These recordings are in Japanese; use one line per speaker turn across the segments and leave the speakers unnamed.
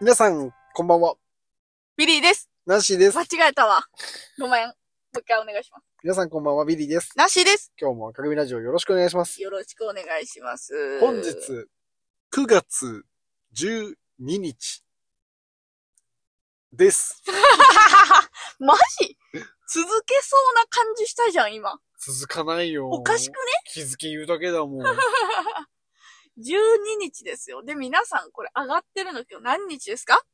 皆さん、こんばんは。
ビリーです。
ナンシーです
間。違えたわ。ごめん。もう一回お願いします。
皆さん、こんばんは。ビリーです。
なしです。
今日も赤組ラジオよろしくお願いします。
よろしくお願いします。
本日、9月12日です。
マジ続けそうな感じしたじゃん、今。
続かないよ。
おかしくね
日付言うだけだもん。
?12 日ですよ。で、皆さんこれ上がってるの今日何日ですか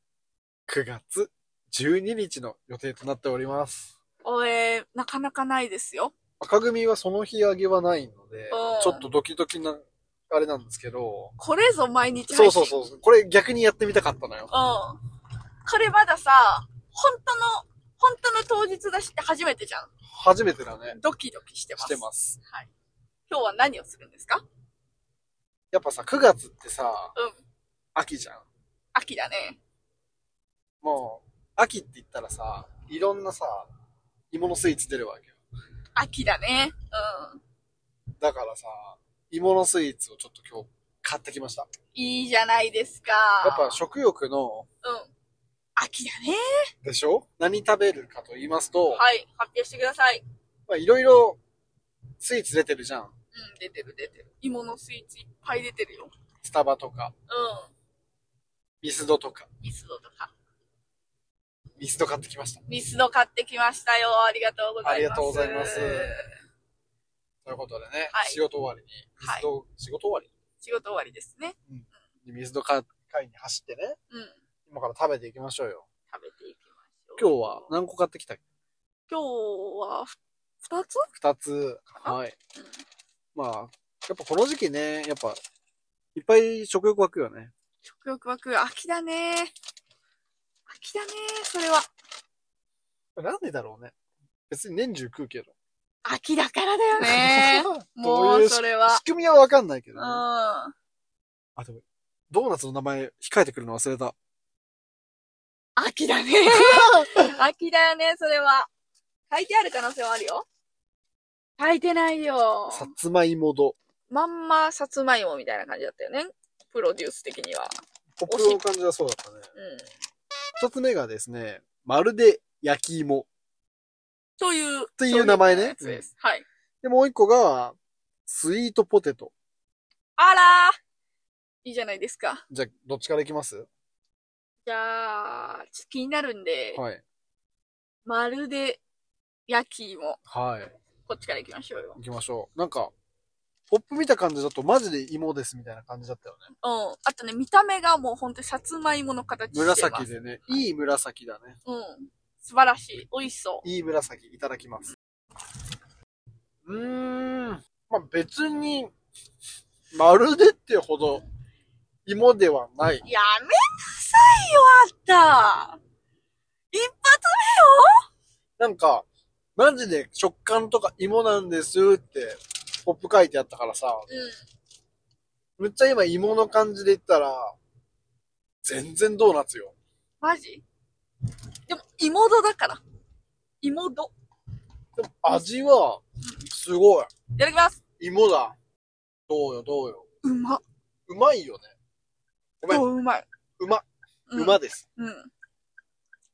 9月12日の予定となっております。
おえー、なかなかないですよ。
赤組はその日上げはないので
うん、
ちょっとドキドキな、あれなんですけど、
これぞ毎日
そ
配信。
うそうそう。これ逆にやってみたかったのよ。
うん。これまださ、本当の、本当の当日だしって初めてじゃん。
初めてだね。
ドキドキしてま
し
す。
てます。
今日は何をするんですか
やっぱさ、9月ってさ、
うん
秋じゃん。
秋だね。
もう、秋って言ったらさ、いろんなさ、芋のスイーツ出るわけよ。
秋だね。うん。
だからさ、芋のスイーツをちょっと今日買ってきました。や
いいじゃないですか。
っぱ食欲の、
うん。秋だね。
でしょ何食べるかと言いますと、
はい、発表してください。
まあいろいろスイーツ出てるじゃん。
うん、出てる出てる。芋のスイーツいっぱい出てるよ。
スタバとか、
う
ミスドとか、
ん。ミスドとか。
ミスド買ってきました。
ミスド買ってきましたよ。ありがとうございます。
ありがとうございますということでね、
はい
仕事終わりに、ミスド、仕事終わり
仕事終わりですね。
にミスド買いに走ってね、
うん。
今から食べていきましょうよ。
食べていきましょう。
今日は何個買ってきたっけ
今日はふ、二つ
二つ。はい。
うん。
まあ、やっぱこの時期ね、やっぱ、いっぱい食欲湧くよね。
食欲湧く。秋だね。秋だね。それは。
なんでだろうね。別に年中食うけど。。
秋だからだよね もう、そ
れ
れは
仕。組みはわかんないけど、
う
ね。
ん。
あ、でも、ドーナツの名前控えてくるの忘れた。
秋 だね。秋だよね、それは。書いてある可能性はあるよ。書いてないよ。
さつまいもど。
まんまさつまいもみたいな感じだったよね。プロデュース的には。
コップの感じはそうだったね。
うん。
一つ目がですね、まるで焼き芋。
という。
ていう名前ね
商品のやつです。はい。
で、もう一個が、スイートポテト。
あらーいいじゃないですか。
じゃあ、どっちからいきます
じゃあ、ちょっと気になるんで、
はい。
まるで焼き芋。
はい。
こっちから行きましょうよ。
行きましょう。なんか、ポップ見た感じだとマジで芋ですみたいな感じだったよね。
うん。あとね、見た目がもうほんとさつまいもの形してます。
紫。でね、いい紫だね。
うん。素晴らしい。美味しそう。
いい紫、いただきます。うーん。まあ、別に、まるでってほど、芋ではない。
やめなさいよ、あんた。一発
なんか、マジで食感とか芋なんですって、ポップ書いてあったからさ、
う
むっちゃ今芋の感じで言ったら、全然ドーナツよ。
ん。マジでも、妹だから。妹。
でも味は、すごい。
いただきます。
芋だ。どうよ、どうよ。
うま。
うまいよね。ごめん
どううまい。
うま、
ん
うま。です。
うん。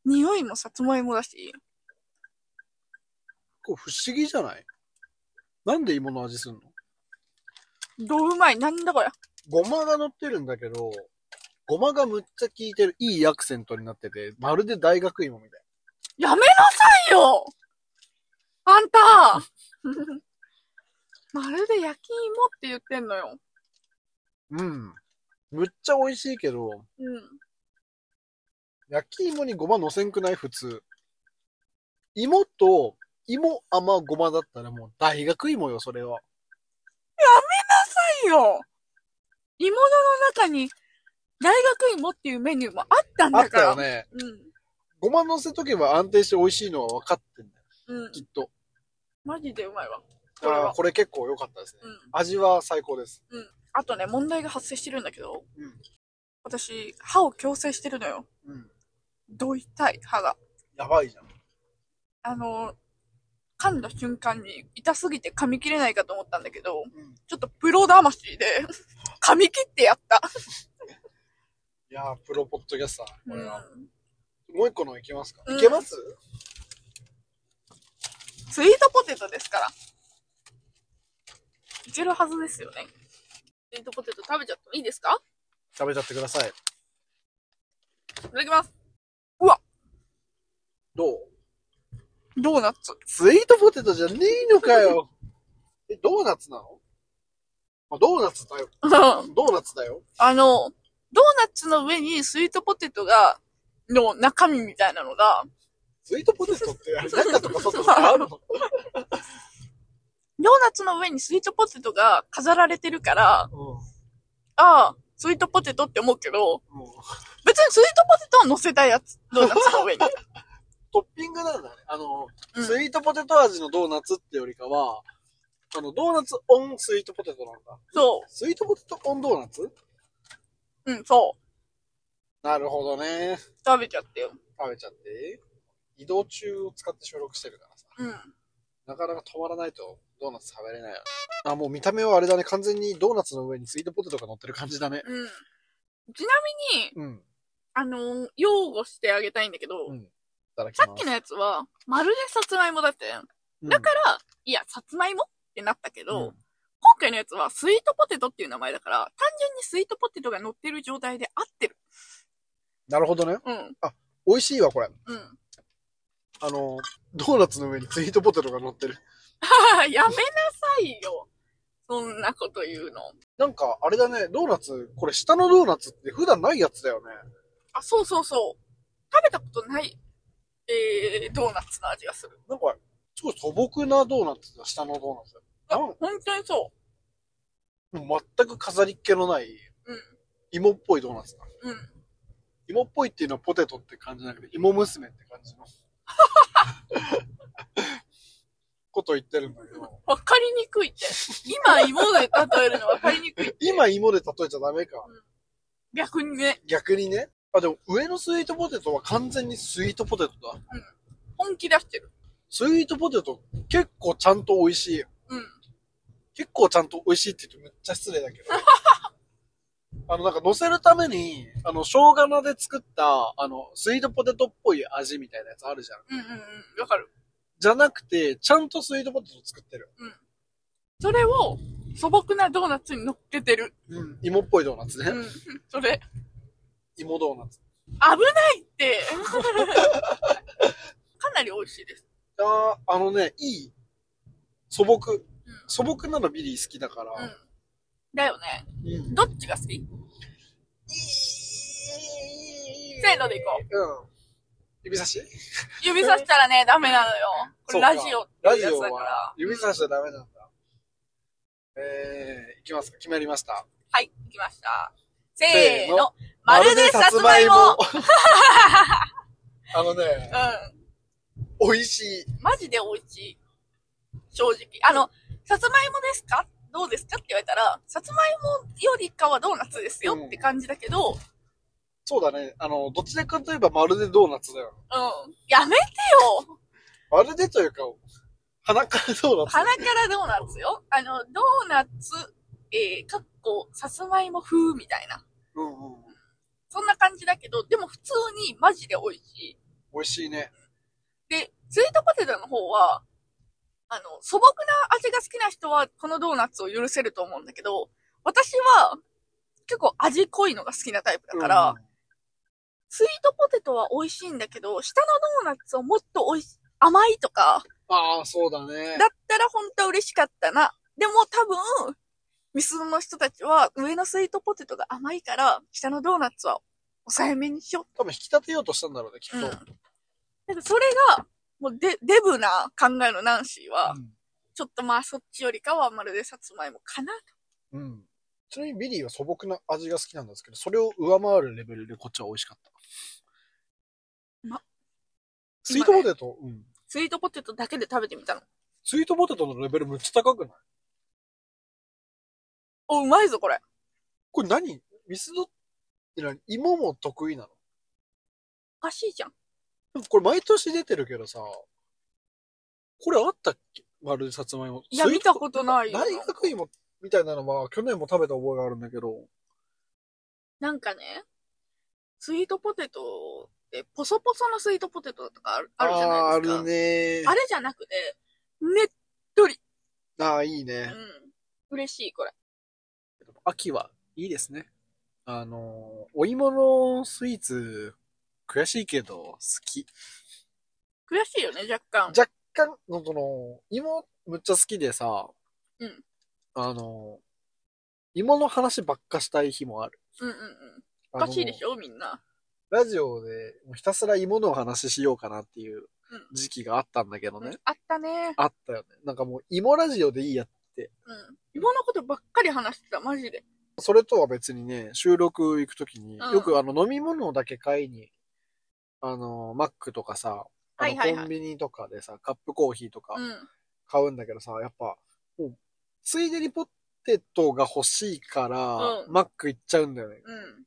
匂いもさつまいもだし。
こう不思議じゃないなんで芋の味すんの
どううまい。なんだこれ。
ごまが乗ってるんだけど、ごまがむっちゃ効いてるいいアクセントになってて、まるで大学芋みたい。
やめなさいよあんた まるで焼き芋って言ってんのよ。
うん。むっちゃ美味しいけど、
うん。
焼き芋にごま乗せんくない普通。芋と、芋甘ごまだったらもう大学芋よ、それは。
ないよ煮物の中に、大学芋っていうメニューもあったん
あ
だ
っ
か
た
ら。
よね。
うん。
ごま乗せとけば安定して美味しいのは分かってんだよ、
うん
き。っと。
マジでうまいわ。こ
こ
れ
れ
は。
これ結構良かったですね。
うん。
味は最高です。
あとね、問題が発生してるんだけど、
うん
私、歯を矯正してるのよ。
うん。
どいたい、歯が。
やばいじゃん。
あの、噛んだ瞬間に痛すぎて噛み切れないかと思ったんだけど、
うん
ちょっとプロ魂で噛み切ってやった。
いやー、プロポッドキャスター、これは。
うん
もう一個のいきますか、
うん
いけます
スイートポテトですから。いけるはずですよね。スイートポテト食べちゃってもいいですか
食べちゃってください。
いただきます。
どう
ドーナ ツ。
スイートポテトじゃねえのか よ。え、ドーナツなの、まあ、ドーナツだよ。ドーナツだよ。
あの、ドーナツの上にスイートポテトが、の中身みたいなのが、
スイートポテトって、あれ、中とか外とかあるの
ドーナツの上にスイートポテトが飾られてるから、
うん。
ああ、スイートポテトって思うけど、
もう
別にスイートポテトを乗せたやつ、ドーナツ の上に。
トッピングなんだね。あの、
うん
スイートポテト味のドーナツってよりかは、あの、ドーナツオンスイートポテトなんだ。
そ
スイートポテトオンドーナツ
う。うん、そう。
なるほどね。
食べちゃってよ。
食べちゃって。移動中を使って収録してるからさ。
うん。
なかなか止まらないとドーナツ食べれないよね。あ、もう見た目はあれだね。完全にドーナツの上にスイートポテトが乗ってる感じだね。
うん。ちなみに、
うん。
あの、擁護してあげたいんだけど、
うんいただきます。
さっきのやつは、まるでさつまいもだったやん。だから、いや、さつまいもってなったけ
うん、
ど、今回のやつはスイートポテトっていう名前だから、単純にスイートポテトが乗ってる状態で合ってる。
なるほどね。
うん。
美味しいわ、これ。
うん。
あの、ドーナツの上にスイートポテトが乗ってる。
やめなさいよ。そんなこと言うの。
なんか、あれだね。ドーナツ、これ下のドーナツって普段ないやつだよね。
あ、そうそうそう。食べたことない、えー、ドーナツの味がする。
なんか、すごい素朴なドーナツだ、下のドーナツ。
あ
うん
本当にそ
もう全く飾りっ気のない、
うん
芋っぽいドーナツだ。
う。うん。
芋っぽいっていうのはポテトって感じじゃなくて、芋娘って感 じの。こと言ってるんだけど。
わかりにくいって。今、芋で例えるのわかりにくい って。
今芋で例えちゃダメか。
逆にね、
逆にね。あ、でも上のスイートポテトは完全にスイートポテトだ。
本気出してる。
スイートポテト結構ちゃんと美味しいよ。
うん。
結構ちゃんと美味しいって言うとめっちゃ失礼だけど。 あの、なんか乗せるために、あの、生姜菜で作った、あの、スイートポテトっぽい味みたいなやつあるじゃん。
うんうんうん。わかる。
じゃなくて、ちゃんとスイートポテト作ってる。
それを、素朴なドーナツに乗っけてる。
うん。芋っぽいドーナツ
う
ね。
ん。それ、
芋ドーナツ。
危ないって。 かなり美味しいです。
あーあのね、いい。素朴。素朴なのビリー好きだから。
うん。だよね。
うん
どっちが好きせーのでいこう。
うん。指差し
指さしたらね、ダメなのよ。
そ
これ
うか
ラジオって
ラ
いう
ジ
やつ
オ
だから
は。指差しちゃダメなんだ。えー、いきますか。決まりました。
はい、行きました。
せ
せ
ー
ー
の
の。まるでさつまいも。
あのね、
う
美味しい。
ん。マジで美味しい。正直。あの、さつまいもですかどうですかって言われたら、さつまいもよりかはドーナツですよって感じだけど、うん。
そうだね。あの、どちらかといえばまるでドーナツだよ。
やめてよ
まるでというか、鼻からドーナツ。
鼻からドーナツよ。あの、ドーナツ、えー、かっこ、さつまいも風みたいな。
うんうん。
そんな感じだけど、でも普通にマジで美味しい。
美味しいね。
で、スイートポテトの方は、あの、素朴な味が好きな人は、このドーナツを許せると思うんだけど、私は、結構味濃いのが好きなタイプだから、
うん
スイートポテトは美味しいんだけど、下のドーナツをもっと美味し、甘いとか、
ああ、そうだね。
だったら本当は嬉しかったな。でも多分、ミスドの人たちは上のスイートポテトが甘いから、下のドーナツは抑えめにしよ
多分引き立てようとしたんだろうね、きっ
う。
と。
うん。なんかそれが、もうデデブな考えのナンシーは、ちょっとまあそっちよりかはまるでさつまいもかな。
うん。うんちなみにビリーは素朴な味が好きなんですけど、それを上回るレベルでこっちは美味しかった。
ま
スイートポテト、うん。
スイートポテトだけで食べてみたの。
スイートポテトのレベルめっちゃ高くない
お、うまいぞこれ。
これ何ミスドって何芋も得意なの
おかしいじゃん。
でもこれ毎年出てるけどさ、これあったっけまるでさつまいも。
いや
スイート
見たことないよ
大学芋みたいなのは去年も食べた覚えがあるんだけど、
なんかね、スイートポテトって、ポソポソのスイートポテトとかあるあるじゃ
あ
な
あ
いですか。
るね
あれじゃなくて、ねっとり。
ああ、いいうね。
ん。嬉しい、これ。
秋はいいですね。あの、お芋のスイーツ、悔しいけど、好き。
悔しいよね、若干。
若干、のこの、芋、むっちゃ好きでさ、
うん
あの、芋の話ばっかしたい日もある。
うんうんうん。おかしいでしょ、みんな。
あのラジオで、もうひたすら芋のお話ししようかなっていう
うん
時期があったんだけどね。
うんあったね。
あったよね。なんかもう、芋ラジオでいいや。
うん。芋のことばっかり話してた、マジで。
それとは別にね、収録行くときに、
うん
よくあの、飲み物だけ買いに、あの、マックとかさ、あ
はい
の、
はいはい
コンビニとかでさ、カップコーヒーとか
うん。
買うんだけどさ、やっぱ、もう、ついでにポテトが欲しいから、
うん
マック行っちゃうんだよね。
うん。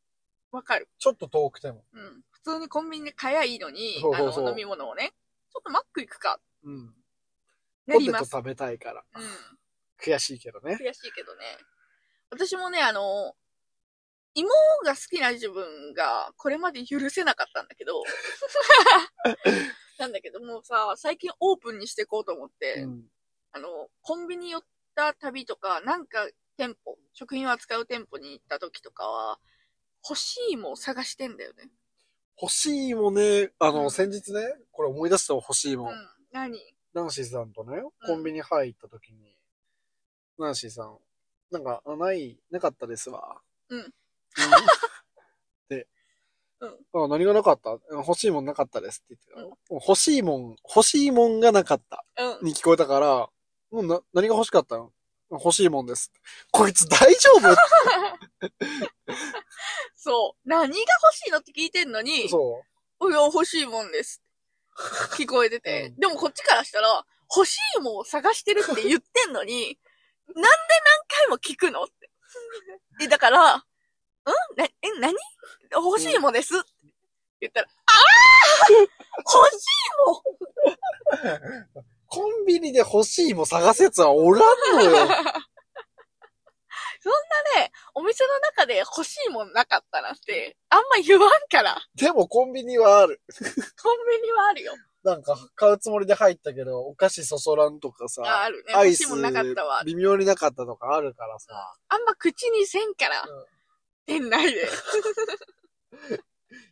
わかる。
ちょっと遠くても。
うん。普通にコンビニで買えばいいのに、
そうそうそう
あの、飲み物をね。ちょっとマック行くか。
うん。
な
ポ
り
テ
ま
ト
す。
食べたいから。
うん。
悔しいけどね。
悔しいけどね。私もね、あの、芋が好きな自分がこれまで許せなかったんだ けど、なんだけどもうさ、最近オープンにしていこうと思って、
うん。
あの、コンビニ寄った旅とか、なんか店舗、食品を扱う店舗に行った時とかは、欲しいもを探してんだよね。
欲しいもね、あの、
うん
先日ね、これ思い出したわ欲しいも。
うんん。何
ナンシーさんとね、コンビニ入った時に、ナンシーさん、なんか、あない、なかったですわ。
うん
で、
うん
あ何がなかった欲しいもんなかったですって言ってた、欲しいもん、欲しいもんがなかった
うん。
に聞こえたから、もうな、何が欲しかったの欲しいもんです。こいつ大丈夫
そう。何が欲しいのって聞いてんのに、
そ
おや、欲しいもんです。聞こえてて。
う
でもこっちからしたら、欲しいもんを探してるって言ってんのに、なんで何回も聞くのって。え、だから、んな、え、何欲しいもんです。言ったら、ああ欲し
う。コンビニで欲しいもん探せつはおらんのよ。
いね。お店の中で欲しいもんなかったなんて、あんま言わんから。
でもコンビニはある。
コンビニはあるよ。
なんか、買うつもりで入ったけど、お菓子そそらんとかさ。
ああるね。
ア
欲
イ
しい
ス
もんなかったわ。
微妙になかったとかあるからさ。
あんま口にせんから。
うん
店内で。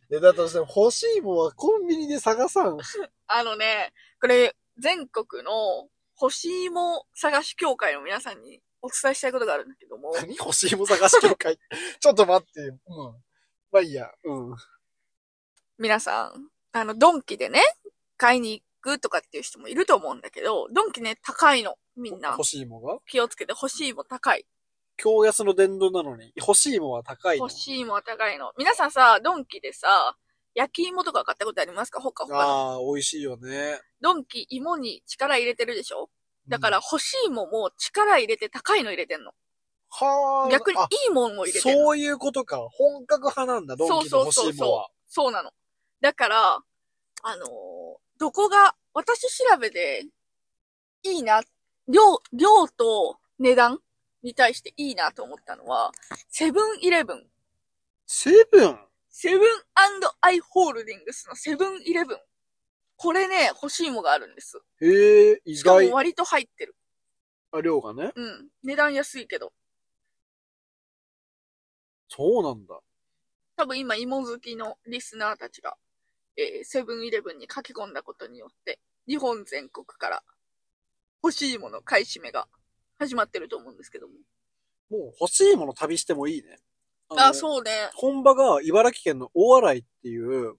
で、だとしても欲しいもんはコンビニで探さ ん。
あのね、これ、全国の欲しいも探し協会の皆さんにお伝えしたいことがあるんだけども、
何欲しいもん探し協会。 ちょっと待ってよ。うん。まあいいや。うん。
皆さん、あの、ドンキでね、買いに行くとかっていう人もいると思うんだけど、ドンキね、高いの。みんな
欲。しいもんが
気をつけて、欲しいも高い。
驚安の殿堂なのに、欲しいもんは高いの。
欲しいも高いの。皆さんさ、ドンキでさ、焼き芋とか買ったことありますかほかほかの。
ああ、美味しいよね。
ドンキ芋に力入れてるでしょだから
うん、
欲しいもも力入れて高いの入れてんの。
はあ。
逆にい
あ
いもんを入れてんの。
そういうことか。本格派なんだ、ドンキの欲しいもんは。
そうなの。だから、あのーどこが、私調べで、いいな、量、量と値段に対していいなと思ったのは、セブンイレブン、
セブン
セブンアイ・ホールディングスのセブンイレブン。これね、欲しいもがあるんです。
へえ、意
しか
外
も。割と入ってる。
あ、量がね。
うん。値段安いけど。
そうなんだ。
多分今、芋好きのリスナーたちが、えーセブンイレブンに書き込んだことによって、日本全国から欲しいもの買い占めが始まってると思うんですけども。
もう欲しいもの旅してもいいね。
あ、
う。
そうね。
本場が茨城県の大洗っていう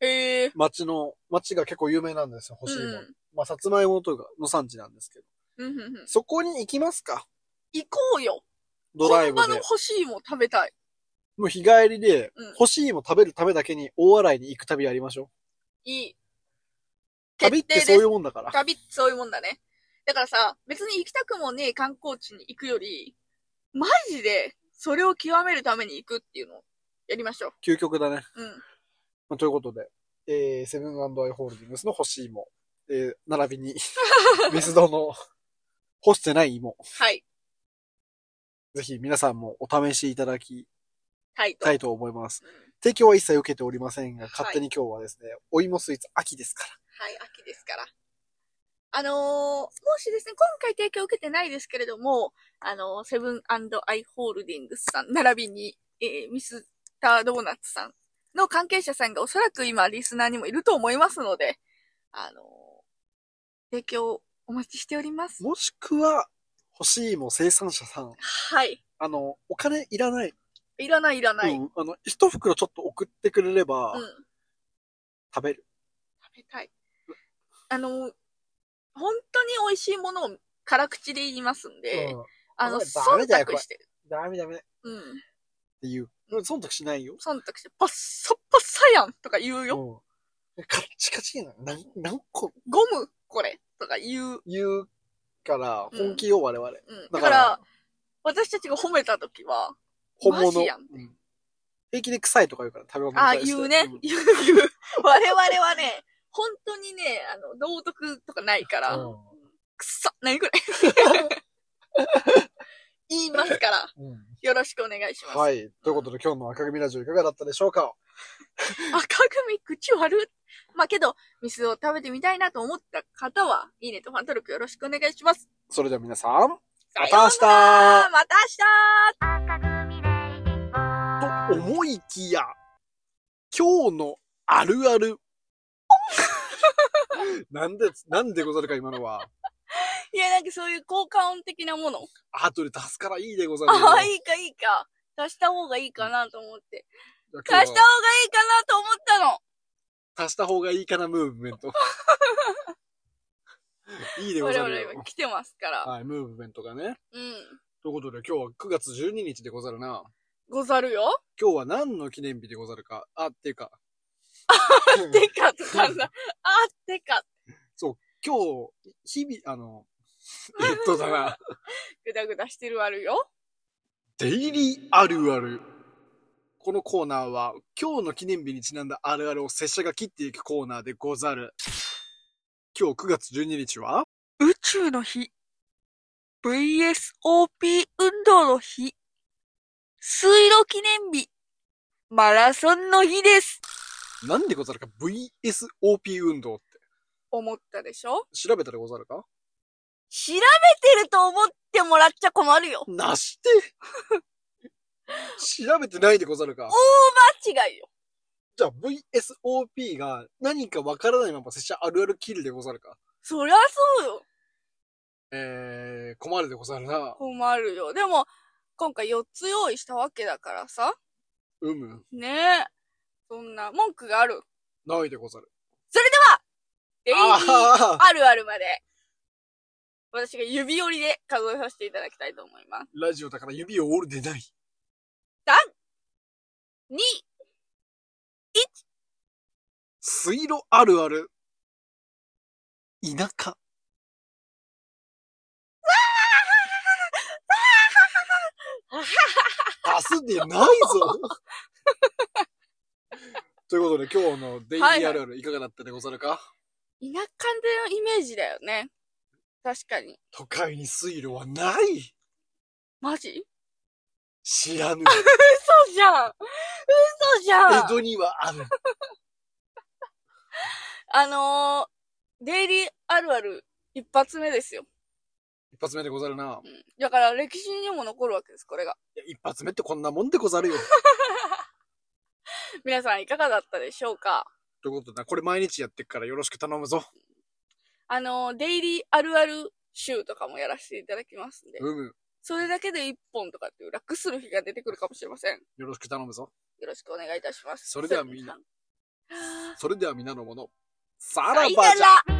へえ。
町の、町が結構有名なんですよ、欲しいもの。
うん
まあ、さつまいもというかの産地なんですけど。
うんうんうん。
そこに行きますか
行こうよ。
ドライブ
本場の
で。
欲しいもん食べたい。
もう日帰りで
うん、
欲しいもの食べるためだけに大洗に行く旅やりましょう。
いい。
旅ってそ
決定
うい
です
うもんだから。
旅ってそういうもんだね。だからさ、別に行きたくもねえ観光地に行くより、マジでそれを極めるために行くっていうのをやりましょ
究極だね。
う。うん。
まあということで、えー、セブンアイ・ホールディングスの欲しいも、えー、並 びに、ミスドの干してない芋、
はい。
ぜひ皆さんもお試しいただき
タイト
た
ル。
いと思います。
うん
提供は一切受けておりませんが、
はい
勝手に今日はですね、お芋スイーツ秋ですか
はい、秋ですから。あのーもしですね、今回提供受けてないですけれども、あのーセブンアイ・ホールディングスさん、並びに、えーミスタードーナツさんの関係者さんがおそらく今、リスナーにもいると思いますので、あのー提供お待ちしております
ら。。もしくは、欲しいも生産者さん。
はい。
あの、お金いらない。
いらない、いらない。うん。
うん。あの、一袋ちょっと送ってくれれば、食べる。
食べたい。あのー本当に美味しいものを辛口で言いますんで、
うん
あの、
お前ダメ
忖
だよ
度してる。
ダメダメっ
うん。
ていう。損得しないよ。
忖度して、パッサッパッサやんとか言うよ。
うん。カッチカチな。何、何個
ゴムこれとか言う。
言うから、本気よ、我々。
うん。
だ
だ
か
からら、私たちが褒めたときは、
本物。
マジやん
うん平気で臭いとか言うから、食べ物に
ああ、
対して。
言うね
ん。
言う、言う。我々はね、本当にね、あの、道徳とかないから、
うん
くっさ何こ れ言いますから、
うん
よろしくお願いします。
はい。ということで今日の赤組ラジオいかがだったでしょうか
赤組口悪っまあけど、ミスを食べてみたいなと思った方は、いいねとファン登録よろしくお願いします。
それでは皆さん、
さよう
また明日
ならまた明日
と思いきや、今日のあるあ る。なんで、なんでござるか今のは。
いや、なんかそういう効果音的なもの。
後で出すからいいでござるよ。
ああ、いいかいいか。足した方がいいかなと思って。
じゃあ今日は
足した方がいいかなと思ったの。
足した方がいいかな、ムーブメ ント。いいでご
我
ざ
々
る
今
よ。
来てますから。
はい、ムーブメントがね。
うん。
ということで今日は9月12日でござるな。
ござるよ。
今日は何の記念日でござるか。あ、っていう か。
てかとかな。あ、てか。
今日、日々、あの、えっとだな。
ぐだぐだしてるあるよ。
デイリーあるある。このコーナーは、今日の記念日にちなんだあるあるを拙者が切っていくコーナーでござる。今日9月12日は、
宇宙の日。VSOP 運動の日。水路記念日。マラソンの日です。
なんでござるか VSOP 運動って
思ったでしょ
調べたでござるか
調べてると思ってもらっちゃ困るよ。
なして。 調べてないでござるか。
大間違いよ。
じゃあ VSOP が何かわからないまま拙者あるある切るでござるか。
そりゃそうよ。
えー、困るでござるな。
困るよ。でも、今回4つ用意したわけだからさ。
うむ。
ねえ。そんな、文句がある。
ないでござる。
それでは、デイリー
ああ
あるあるまで、私が指折りで数えさせていただきたいと思います。
ラジオだから指を折るでない。
2、
水路あるある。田舎。出すでないぞ。ということで今日のデイリーあるあるいかがだったでござるか、
田舎でのイメージだよね。確かに。
都会に水路はない
マジ
知 らぬ。
嘘じゃん嘘じゃん
江戸にはある。
あのー、デイリーあるある一発目ですよ。
一発目でござるな。
うん。だから歴史にも残るわけです、これが。
いや一発目ってこんなもんでござるよ。
皆さんいかがだったでしょうか
ということでな、これ毎日やってくからよろしく頼むぞ。
あの、デイリーあるある集とかもやらせていただきますんで、
うむ。
それだけで一本とかっていう楽する日が出てくるかもしれません。よ
よろしく頼むぞ。
ろしくお願いいたします。
それではみんな。それでは皆のもの、さ
あ
ら
ら
ば
ば
じ
じ
ゃ
ゃ。